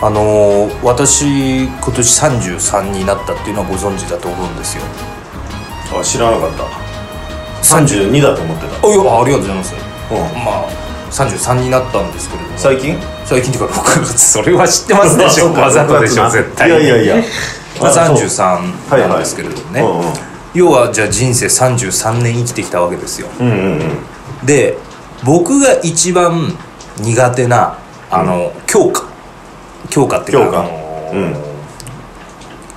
あのー私今年33になったっていうのはご存知だと思うんですよあ知らなかった32だと思ってたあいやあありがとうございますうんまあ33になったんですけれども最近最近っていうか6月 それは知ってますでしょあそうかわざとでしょ六月な絶対いやいやいやまああそう33なんですけれどもね、うんうん要はじゃあ人生33年生きてきたわけですようんうんうんで僕が一番苦手なあの、教科教科っていうか教科あのうん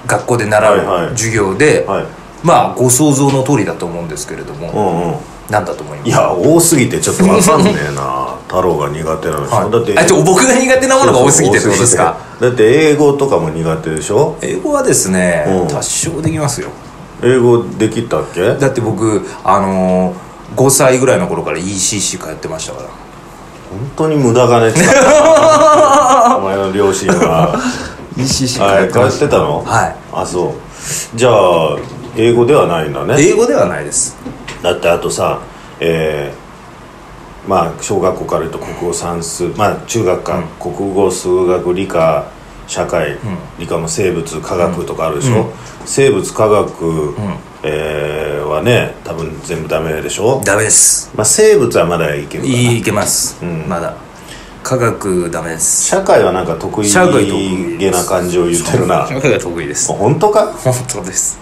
学校で習はいはうい授業で、はいまあご想像の通りだと思うんですけれども、うんうんなんだと思いますいや多すぎてちょっとわかんねえな太郎が苦手なのでしょ、はいだってあちょ僕が苦手なものが多すぎてってことですかそうそう多すぎてだって英語とかも苦手でしょ英語はですね、うん多少できますよ英語できたっけだって僕あのー5歳ぐらいの頃から ECC 通ってましたから本当に無駄金使っ たお前の両親は ECC あれ通ってたのはいあそうじゃあ英語ではないんだね英語ではないですだってあとさえーまあ小学校から言うと国語算数まあ中学か、国語数学理科社会、理科も生物科学とかあるでしょ、生物科学、えーはね多分全部ダメでしょ、ダメですまあ、生物はまだいけるかないいいけます、んまだ科学ダメです社会はなんか得意社会得意げな感じを言ってるな社会が得意です本当か本当です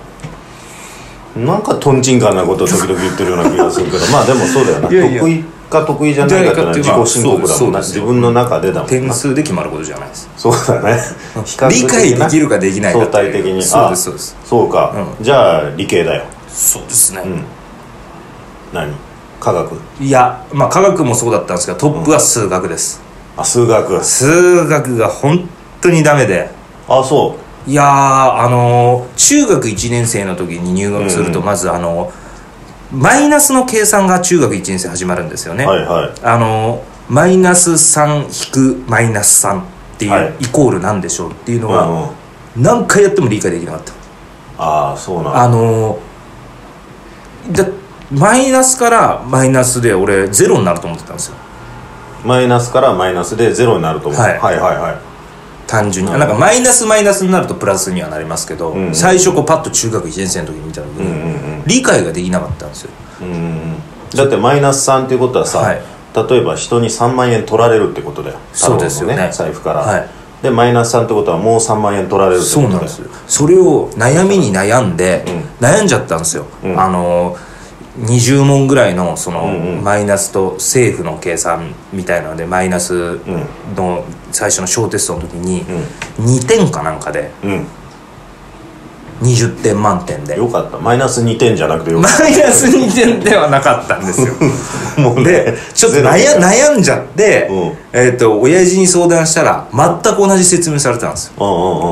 うんなんかとんちんかんなことを時々言ってるような気がす るけどまあでもそうだよないやいや得意か得意じゃないかっていうのどはれ自かっていうのは己申告だもんなそうですそうです自分の中でだもん点な数で決まることじゃないですそうだね比較的 理な解できるかできないか相対的にそうであすそうですそうか、じゃあ理系だよそうですね、ん何科学いやまあ科学もそうだったんですがトップは数学です、あ数学数学が本当にダメであそいやーあのー中学1年生の時に入学するとうんまずあのマイナスの計算が中学1年生始まるんですようね、はいはいあのマイナス3引くマイナス3っていう、はいイコールなんでしょうっていうのうんはうん何回やっても理解できなかった、ああそうなんだあのだマイナスからマイナスで俺ゼロになると思ってたんですよマイナスからマイナスでゼロになると思う、ははいい、はいはいはい単純に、なんかマイナスマイナスになるとプラスにはなりますけど、んうん最初こうパッと中学1年生の時に見た時に、理解ができなかったんですよだってマイナス3っていうことはさ、はい例えば人に3万円取られるってことだよそうですよね太郎の財布から、はいでマイナス3ってことはもう3万円取られるってそことうだなんよですよそれを悩みに悩んで、悩んじゃったんですよ、んあの20問ぐらいのその、んうんマイナスと政府の計算みたいなのでマイナスの最初の小テストの時に、2点かなんかでうん20点満点でよかったマイナス2点じゃなくてよマかっイナス2点ではなかったんですよた もうでちょっと悩悩んじゃって、うんえっと親父に相談したら全く同じ説明されたんですよう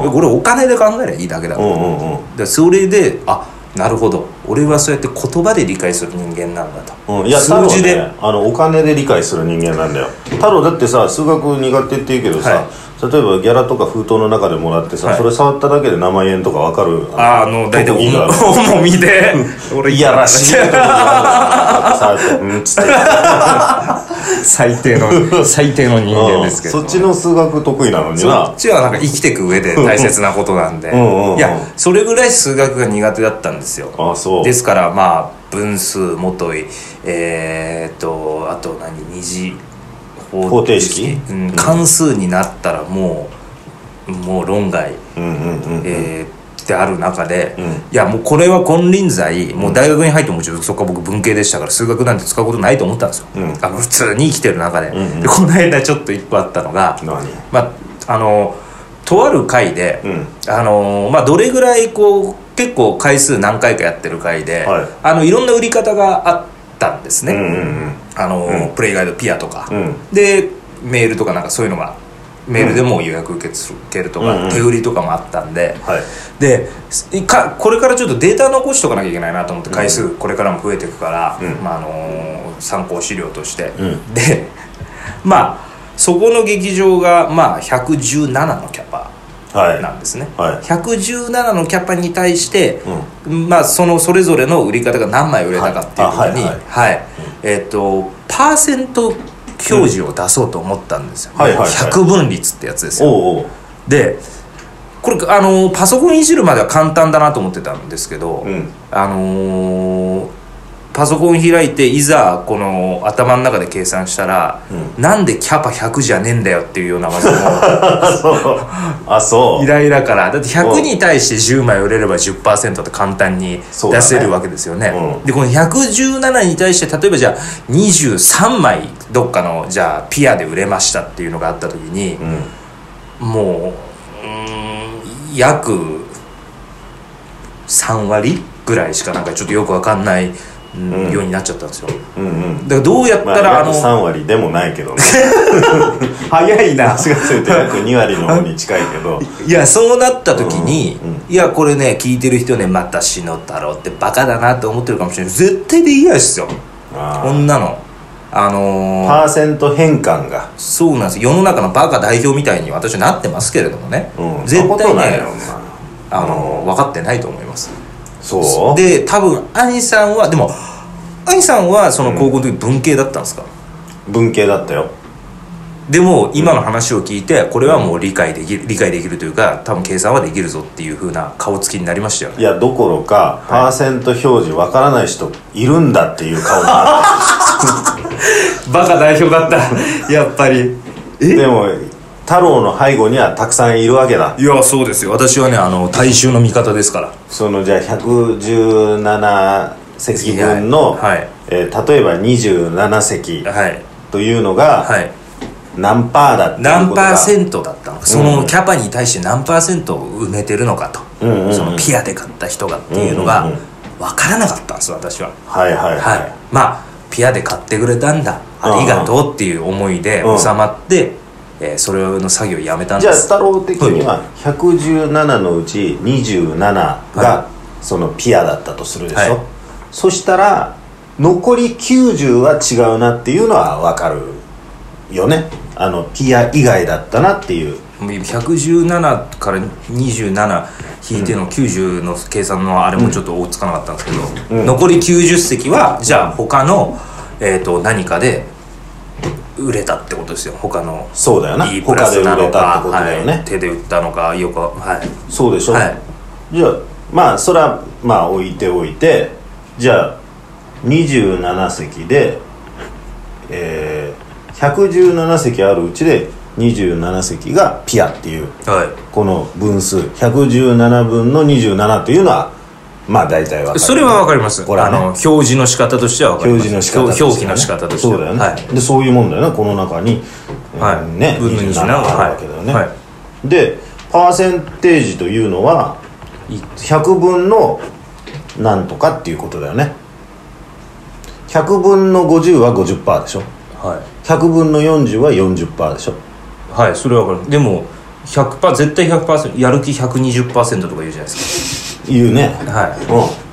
んこれお金で考えればいいだけだからうんうんうんうんでそれであなるほど俺はそうやって言葉で理解する人間なんだと、うん、いや数太郎字で、ねあのお金で理解する人間なんだよ太郎だってさ数学苦手って言うけどさ、は例えばギャラとか封筒の中でもらってさ、はいそれ触っただけで何万円とか分かるああの大体特技がある重重みで俺 いやらしいこと言うなさあうんっつって 最低の最低の人間ですけど そっちの数学得意なのにそなっちはなんか生きていく上で大切なことなんでうんうんうんいやそれぐらい数学が苦手だったんですよあそうですからまあ分数元いえー、っとあと何二次方方程式うん、関数になったらもうもう論外、うんうんうんえーである中で、んいやもうこれは金輪際もう大学に入ってもちろんそこは僕文系でしたから数学なんて使うことないと思ったんですよ、うんあの普通に生きてる中で,、んうんでこの間ちょっと一個あったのが、何まああのとある回で、うんあのまあ、どれぐらいこう結構回数何回かやってる回で、はいあのいろんな売り方があったんですね、うんうんあのプレイガイドピアとか、うんでメールとかなんかそういうのがメールでも予約受け付けるとか、うんうん手売りとかもあったんで、はいですかこれからちょっとデータ残しとかなきゃいけないなと思って回数これからも増えていくから、うんまああのー参考資料として、うんで まあそこの劇場がまあ117のキャパはいなんですね、はい117のキャパに対して、まあそのそれぞれの売り方が何枚売れたかっていうことにはいはいえっ、とパーセント表示を出そうと思ったんですよ、はいはいはい百分率ってやつですよおうおうでこれあのパソコンいじるまでは簡単だなと思ってたんですけど、うんあのーパソコン開いていざこの頭の中で計算したら、なんでキャパ100じゃねえんだよっていうような技もあそう あ そイうライラからだって100に対して10枚売れれば10%って簡単にそうだ出ねせるわけですよねうんでこの117に対して例えばじゃあ23枚どっかのじゃあピアで売れましたっていうのがあった時に、うんもううーん約3割ぐらいしかなんかちょっとよくわかんない、うんうんようになっちゃったんですよだかうんうんらどうやったまあらあ約の、 3割でもないけどね 早いな足がついて約2割の方に近いけどいやそうなった時に、うんいやこれね聞いてる人ねまた篠太郎ってバカだなって思ってるかもしれない絶対できないですよこあんなのあーのーパーセント変換がそうなんです世の中のバカ代表みたいに私はなってますけれどもね、うん絶そんなこと対ないねよあのー分かってないと思いますそうで多分兄さんはでも兄さんはその高校の時文系だったんですか、文系だったよでも今の話を聞いてこれはもう理解できる理解できるというか多分計算はできるぞっていう風な顔つきになりましたよねいやどころかパーセント表示わからない人いるんだっていう顔があっバカ代表だった やっぱりたでも太郎の背後にはたくさんいるわけだいやそうですよ私はねあの大衆の味方ですからそのじゃあ117席分の、はいはいえー例えば27席はいというのがはい何パーだっていう何ことがパーセントだったのかそのキャパに対して何パーセントを埋めてるのかと、うんうんうんそのピアで買った人がっていうのがうんうんうん分からなかったんです私ははいはいはい、はい、まあピアで買ってくれたんだうんありがとうっていう思いでうん収まって、えーそれの作業をやめたんじゃであす太郎的には117のうち27がはそのピアだったとするでしょ、はいそしたら残り90は違うなっていうのは分かるよねあのピア以外だったなっていう117から27引いての90の計算のあれもちょっと追いつかなかったんですけど、うん残り90席はじゃあ他の、えー、と何かで売れたってことですよ他のそうだよな B プラ他でス売なれのたかってことだよね、はい、手で売ったのかよくははいそうでしょ、はいじゃあまあそれはまあ置いておいてじゃあ27席で、えー、117席あるうちで27席がピアっていうはいこの分数117分の27っていうのはまあ大体わかるそれはわかります。これはあねの表示の仕方としてはわかりま表す。示の仕方としてはね表記の仕方としてそはうだよね、はい。でそういうもんだよねこの中に、はいうんね分の27 27があるわけだよね、はでパーセンテージというのはい100分のなんとかっていうことだよね100分の50は50%でしょは100分の40は40%でしょい。はい。それはわかる。でも100パー絶対100パーセントやる気120パーセントとか言うじゃないですいうねか。はい。うん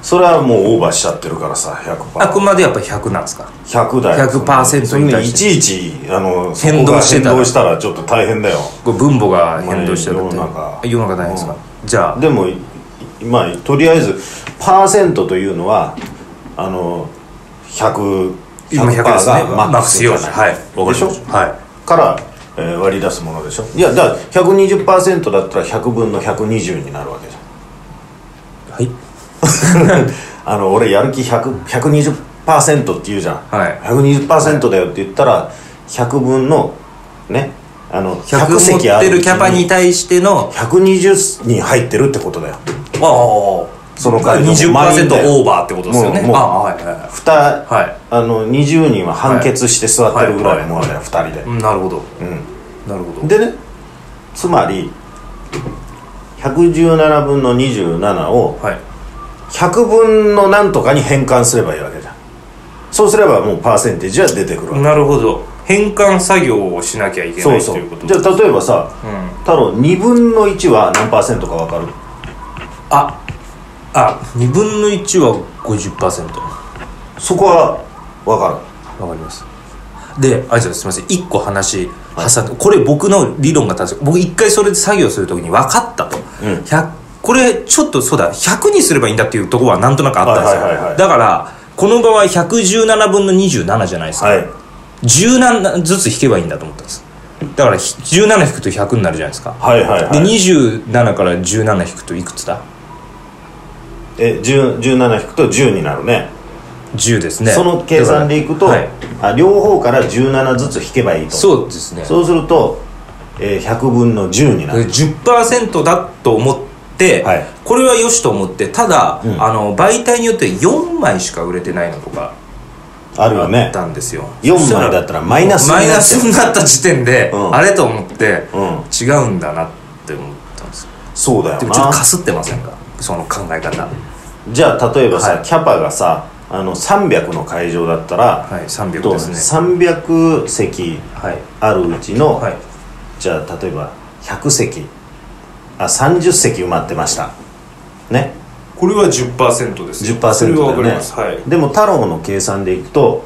それはもうオーバーしちゃってるからさ100%あくまでやっぱ100なんですか。 100だよ100%それねに対いしてちいちあのそこ変が動してたら変動したらちょっと大変だよこれ分母が変動してるって。世の中世の中ないですか。じゃあでもいまあとりあえずパーセントというのはあの100今100 100%ですね。がママッッククススじゃ用ない紙。はい。わかでりしょましたはから、えー割り出すものでしょいやだから120%だったら100分の120になるわけじゃんい。はい。あの俺やる気100 120%って言うじゃん、はい120%だよって言ったら100分のねあの100 100持席あっるてうるちキャパに対しての120に入ってるってことだよああその代わり20パーセントオーバーってことですよね。もうもうああはいはいは2、はいあの20人は判決して座ってるぐらいのもんだよ、はい2人でい。、うんなるほど。うんなるほど。でねつまり117分の27をはい。 100分のなんとかに変換すればいいわけじゃんそうすればもうパーセンテージは出てくるわけなるほど変換作業をしなきゃいけそなういとそいうこうとじゃあ例えばさ、ん太郎2分の1は何パーセントか分かるああ2分の1は50%そこは分かわかりますであいさんすいません1個話挟んで、これ僕の理論が正しい僕一回それで作業するときに分かったと、うん100これちょっとそうだ100にすればいいんだっていうところはなんとなくあったんですよ、はいはいはいはいだからこの場合117分の27じゃないでするか、はい17ずつ引けばいいんだと思ったんですだからひ17引くと100になるじゃないですかはいはいではい27から17引くといくつだえ10 17引くと10になるね10ですねその計算でいくと、だからはいあ両方から17ずつ引けばいいとそうですねそうすると、えー100分の10になる10%だと思って、はいこれは良しと思ってただ、うんあの媒体によって4枚しか売れてないのとかあるよあっねたんですよ、 4枚だったらマイナスになマっイちナスゃうになった時点で、うんあれと思って、うん違うんだなって思ったんですよそうだよでもちょっとなかすってませんかその考え方じゃあ例えばさ、はいキャパがさあの300の会場だったら、はいと300ですね300席はいあるうちの、はいじゃあ例えば100席あ30席埋まってましたねこれは10%です10%だよねでも太郎の計算でいくと、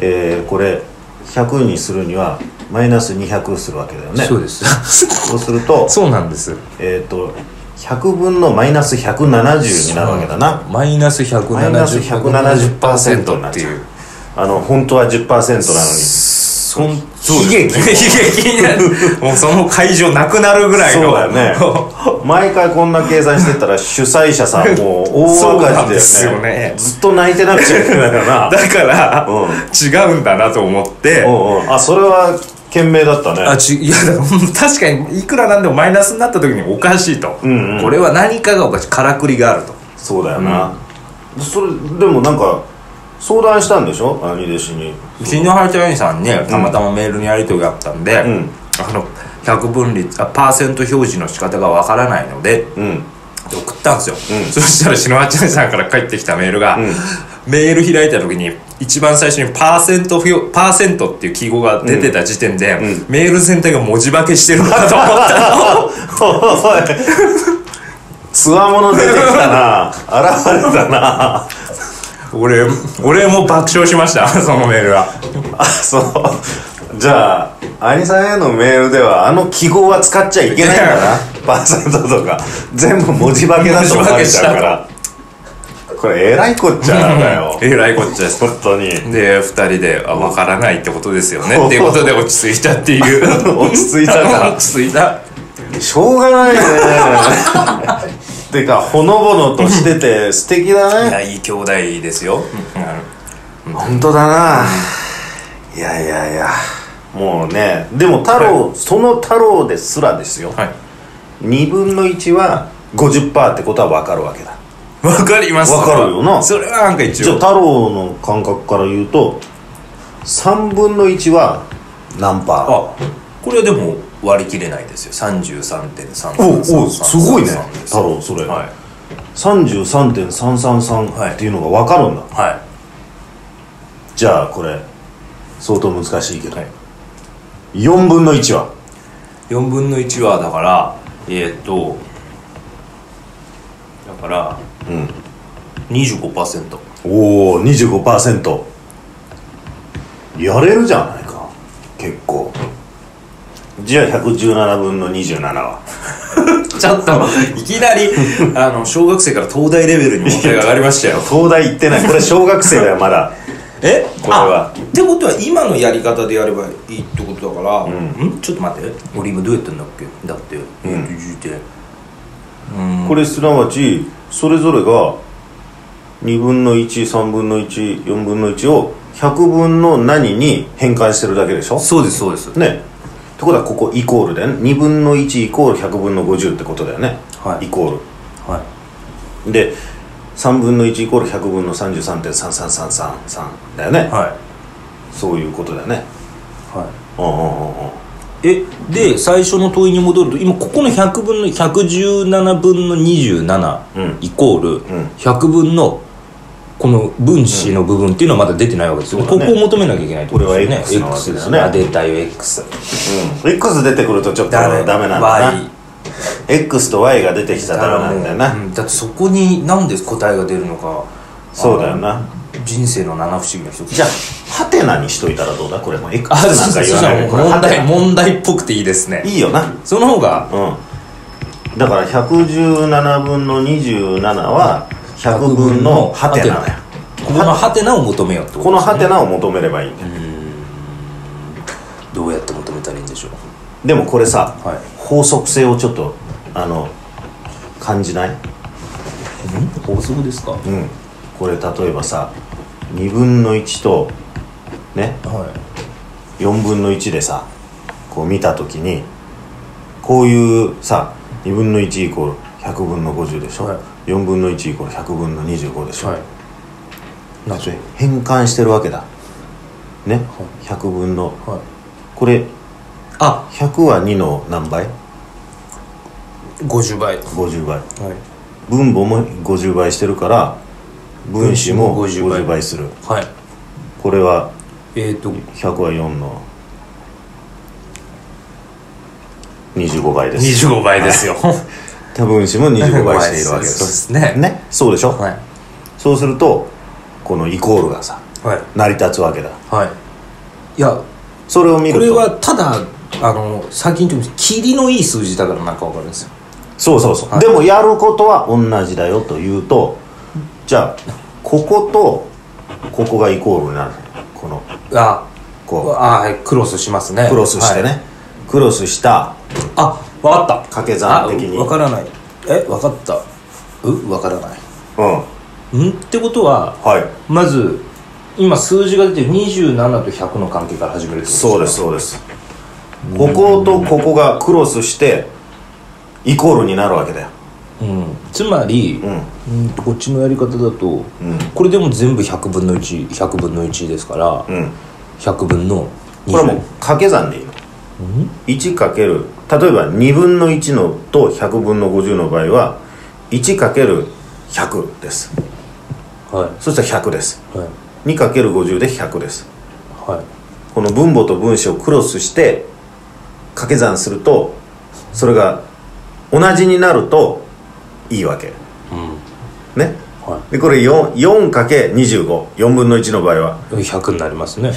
えーこれ100にするにはマイナス200するわけだよねそうです そうするとそうなんですえっ、と100分のマイナス170になるわけだなマイナス170マイナス170%になっってちゃいううあの本当は10%なのにそん悲悲劇悲劇になるもうその会場なくなるぐらいのそうだよね毎回こんな計算してたら主催者さんもう大そうなん赤で字すだよよねねずっと泣いてなくちゃいけないから なだから、うん違うんだなと思っておうおうあそれは賢明だったあねちいやだから確かにいくらなんでもマイナスになった時におかしいと、んうんこれは何かがおかしいからくりがあるとそうだよな、それでもなんか相談したんでしょ兄弟子にうちのハイチャインさんにたまたまメールにやり取りがあったんで、んあの百分率あパーセント表示の仕方がわからないのでうん って送ったんですよ、そしたら篠原ちゃんさんから返ってきたメールが、んメール開いた時に一番最初にパーセント表パーセントっていう記号が出てた時点で、メール全体が文字化けしてるなと思 ったのおいつわもの出てきたな現れたな俺俺も爆笑しま したそのメールはあそうじゃあ兄さんへのメールではあの記号は使っちゃいけないんだなパーセントとか全部文字化けだと思われちゃうからこれえらいこっちゃなんだよ えらいこっちゃです本当にで2人で「あ分からないってことですよね」 っていうことで落ち着いたっていう落ち着いたな落ち着いたしょう がないねてかほのぼのとしてて素敵だいねやいい兄弟ですよ、うんあの本当だないやいやいやもうねでも太郎、その太郎ですらですよはい2分の1は50%ってことは分かるわけだわかりますわかるよなそれはなんか一じゃあ応太郎の感覚から言うと3分の1は何パーあこれはでも割り切れないですよ33.333おうおうすごいね太郎それ、はいはい33.333っていうのが分かるんだ、はじゃあこれ相当難しいけど、はい4分の1はい4分の1はだからえーっとだからうん25%おお25%やれるじゃないか結構じゃあ117分の27はちょっといきなりあの小学生から東大レベルに問題が上がりましたよ東大行ってないこれ小学生だよまだえこれはあってことは今のやり方でやればいいってことだから、うん、ちょっと待って俺今どうやってんだっけだって、うん、てこれすなわちそれぞれが2分の13分の14分の1を100分の何に変換してるだけでしょそうですそうですねってことはここイコールだよね2分の1イコール100分の50ってことだよね、はいイコーはいルで3分の1イコール100分の33.33333だよね、はそういうことだよねいはいうんうんうんうんえで最初の問いに戻ると今ここの100分の117分のうん27イコールん100分のこの分子の部分っていうのはまだ出てないわけですよ、そうこだこをね求めなきゃいけないってことですよねこれは X なわけだよねねあ出たよ X うん X 出てくるとちょっとダメなんだな Y X と Y が出てきただらダメなんだよな、うんだってそこになんで答えが出るのかそうだよな人生の七不思議の一つじゃあハテナにしといたらどうだこれも X あなんか言わそうそないうでこれハ問テ題問題っぽくていいですねナいいよなその方がうんだから117分の27は100分のハテナだよここのハテナを求めようってことこのハテナを求めればいいんだよどうやって求めたらいいんでしょうでもこれさ、はい法則性をちょっとあの感じない、法則ですかはうん、これ例えばさ2分の1とねい4分の1でさこう見た時にこういうさ2分の1イコール100分の50でしょ、はい4分の1イコール100分の25でしょ、はいなそれ変換してるわけだね、100分のはこれあ100は2の何倍い50倍は ?50 倍い分母も50倍してるから分子も分子も50倍50倍するはいこれはえっ、と100は4の25倍です25倍ですよ多分子も25倍しているそわけでうですすねねそうでしょ、 はいそうするとこのイコールがさはい成り立つわけだはいいやそれを見ることれはただあの最近ちょっと霧のいい数字だからなんかわかるんですよそうそうそう、はいでもやることは同じだよというとじゃあこことここがイコールになるこのあこあはいクロスしますねうクロスしてはね、いクロスしたあわかった掛け算的にあわからないえわかったうわからないうんんってことははいまず今数字が出てる27と100の関係から始めるってことそうですそうですこことここがクロスしてイコールになるわけだようん、つまり、うんうんとこっちのやり方だと、んこれでも全部100分の1100分の1ですから、うん100分の20これはもう掛け算でいいの1かける例えば2分の1のと100分の50の場合は1かける100ですはいそしたら100ですはい2かける50で100ですはいこの分母と分子をクロスして掛け算するとそれが同じになるといいわけ、ねはでこれ 4×254 分の1の場合は100になりますねは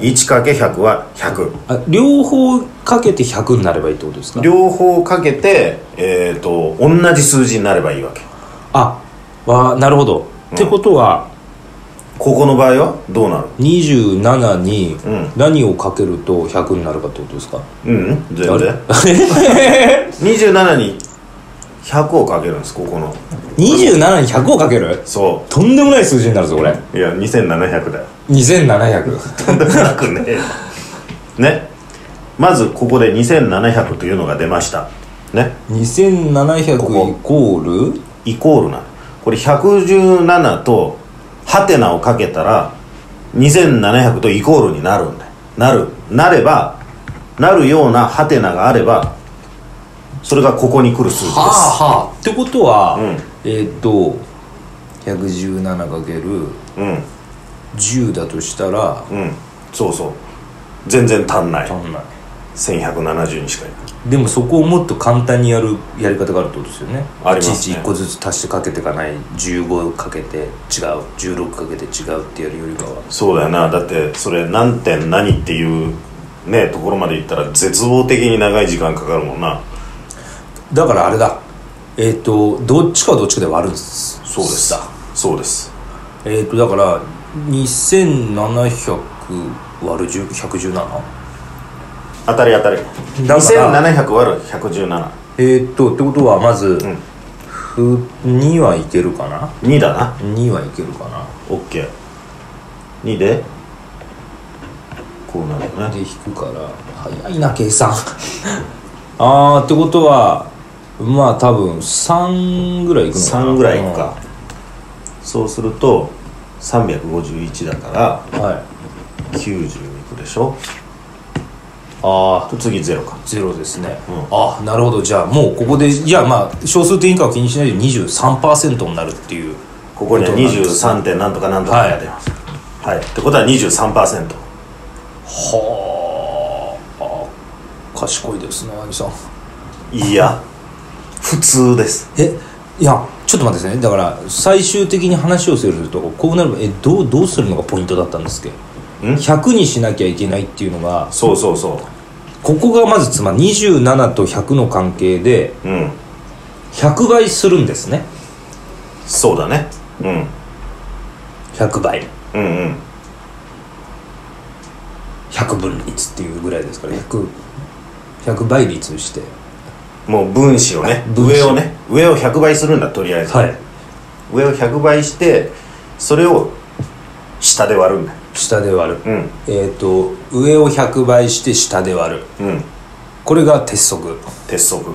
い 1001×100 は100あ両方かけて100になればいいってことですか両方かけて、えー、と同じ数字になればいいわけあわなるほど、ってことはここの場合はどうなる27にん何をかけると100になるかってことですか、うん全然27に100をかけるんですここの27に100をかけるそとんでもない数字になるぞこれういや2700だよ2700とんでもなくねえよねまずここで2700というのが出ましたね2700イこコールイコールなのこれ117とハテナをかけたら2700とイコールになるんだよなるなればなるようなハテナがあればそれがここに来る数字です、はあはあってことは、うんえーっと 117×10 うんだとしたらうんそうそう全然足んない足んない1170にしかいないでもそこをもっと簡単にやるやり方があるってことですよねありますねいちいち1個ずつ足してかけてかない15かけて違う16かけて違うってやるよりかはそうだよなだってそれ何点何っていうねところまでいったら絶望的に長い時間かかるもんなだからあれだえーっ、とどっちかはどっちかで割るんですそうですだそうですえー、とだから2700割る10 117当たり当たりだから2700割る117えー、っとってことはまず、ふ2はいけるかな2だな2はいけるかな OK2 でこうなるよでね引くから早いな計算 あーってことはまあ多分3ぐらいいくのかな3ぐらいいくか、そうすると351だからうんはい90いくでしょああ次0かゼロですね、うんあなるほどじゃあもうここでいやまあ少数点以下を気にしないで23%になるっていうここには23点なんとかなんとかが出ますはい、ってことは23%はあ賢いですね兄さんいや普通ですえいやちょっと待ってですねだから最終的に話をするとこうなるえどうどうするのがポイントだったんですっけん100にしなきゃいけないっていうのがそうそうそうここがまずつまり27と100の関係でうん100倍するんですねそうだねうん100倍うんうん100分率っていうぐらいですから 100, 100倍率してもう分子をね分子上をね上を100倍するんだとりあえず、はい上を100倍してそれを下で割るんだ下で割る、うんえっ、と上を100倍して下で割るうんこれが鉄則鉄則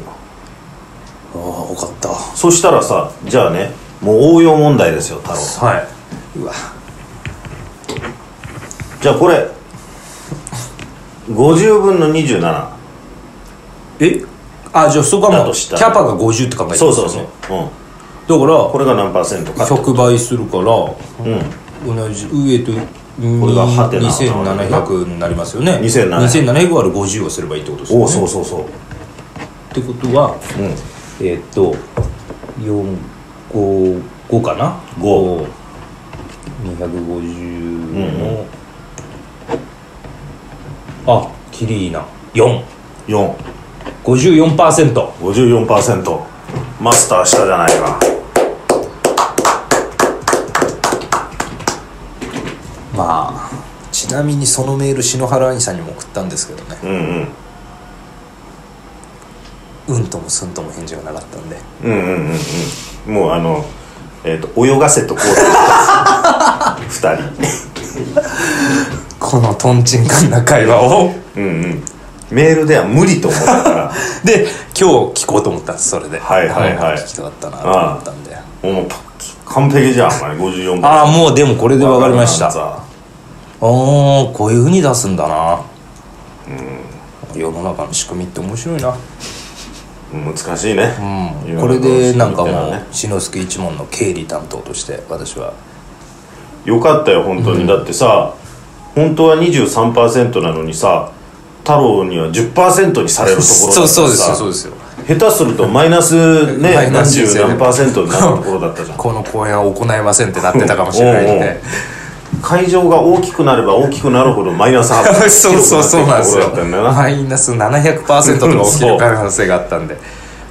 ああ分かったそしたらさじゃあねもう応用問題ですよ太郎はいうわじゃあこれ50分の27えあじゃあそこはもだうとキしたャらパが50って考えてますそようねそうそう、うん、こだれが何パーセントかから100倍するからうん同じ上とこれがハテナ2700になりますよね2700 2700割る50をすればいいってことですよねおおそうそうそっうてことはうんえーっと455かな五5250の、あキリーナ454% 454%マスターしたじゃないかまあちなみにそのメール篠原兄さんにも送ったんですけどねうんうんうんともすんとも返事がなかったんでうんうんうんうんもうあのえっ、と泳がせとこうって2人このとんちんかんな会話を うんうんメールでは無理と思ったからで今日聞こうと思ったんですそれでははいはいはい聞きたかったなと思ったんでもう完璧じゃんお前54ああもうでもこれで分わかりましたああこういうふうに出すんだな世の中の仕組みって面白いな、難しいね、うん、今これでなんかこの仕組みってのもはねう志の輔一門の経理担当として私はよかったよ本当に、だってさ本当は23%なのにさ太郎には10%にされるところだそっうたそうですよさそうですよ下手するとマイナスねマイナ何スで十すよね何パーセントになるところだったじゃんこの公演は行いませんってなってたかもしれないんうんうんで会場が大きくなれば大きくなるほどマイナス幅が広く そうそうそうなんなっでていすくとよころだったんだよなマイナス700%とか 起きる可能性があったんで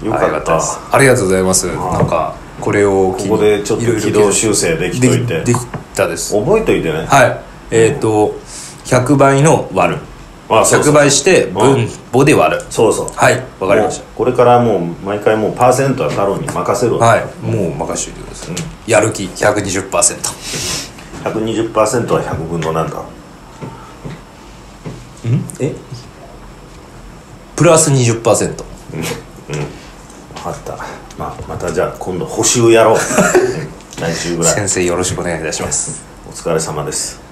そうあですありがとうございますなんかこれを機にここでちょっといろいろ軌道修正できといてできできたです覚えといてねはいえっ、と100倍の割るあそうそ100う倍して分母で割るそうそうはいわかりましもうこれからもう毎回もうパーセントは太郎に任せるたわ、はいもう任しといてください、やる気120%ー120%は100分の何だえプラス20%分かった、まあ、またじゃ あ今度補習やろううん来週ぐらい先生よろしくお願いいたしますお疲れ様です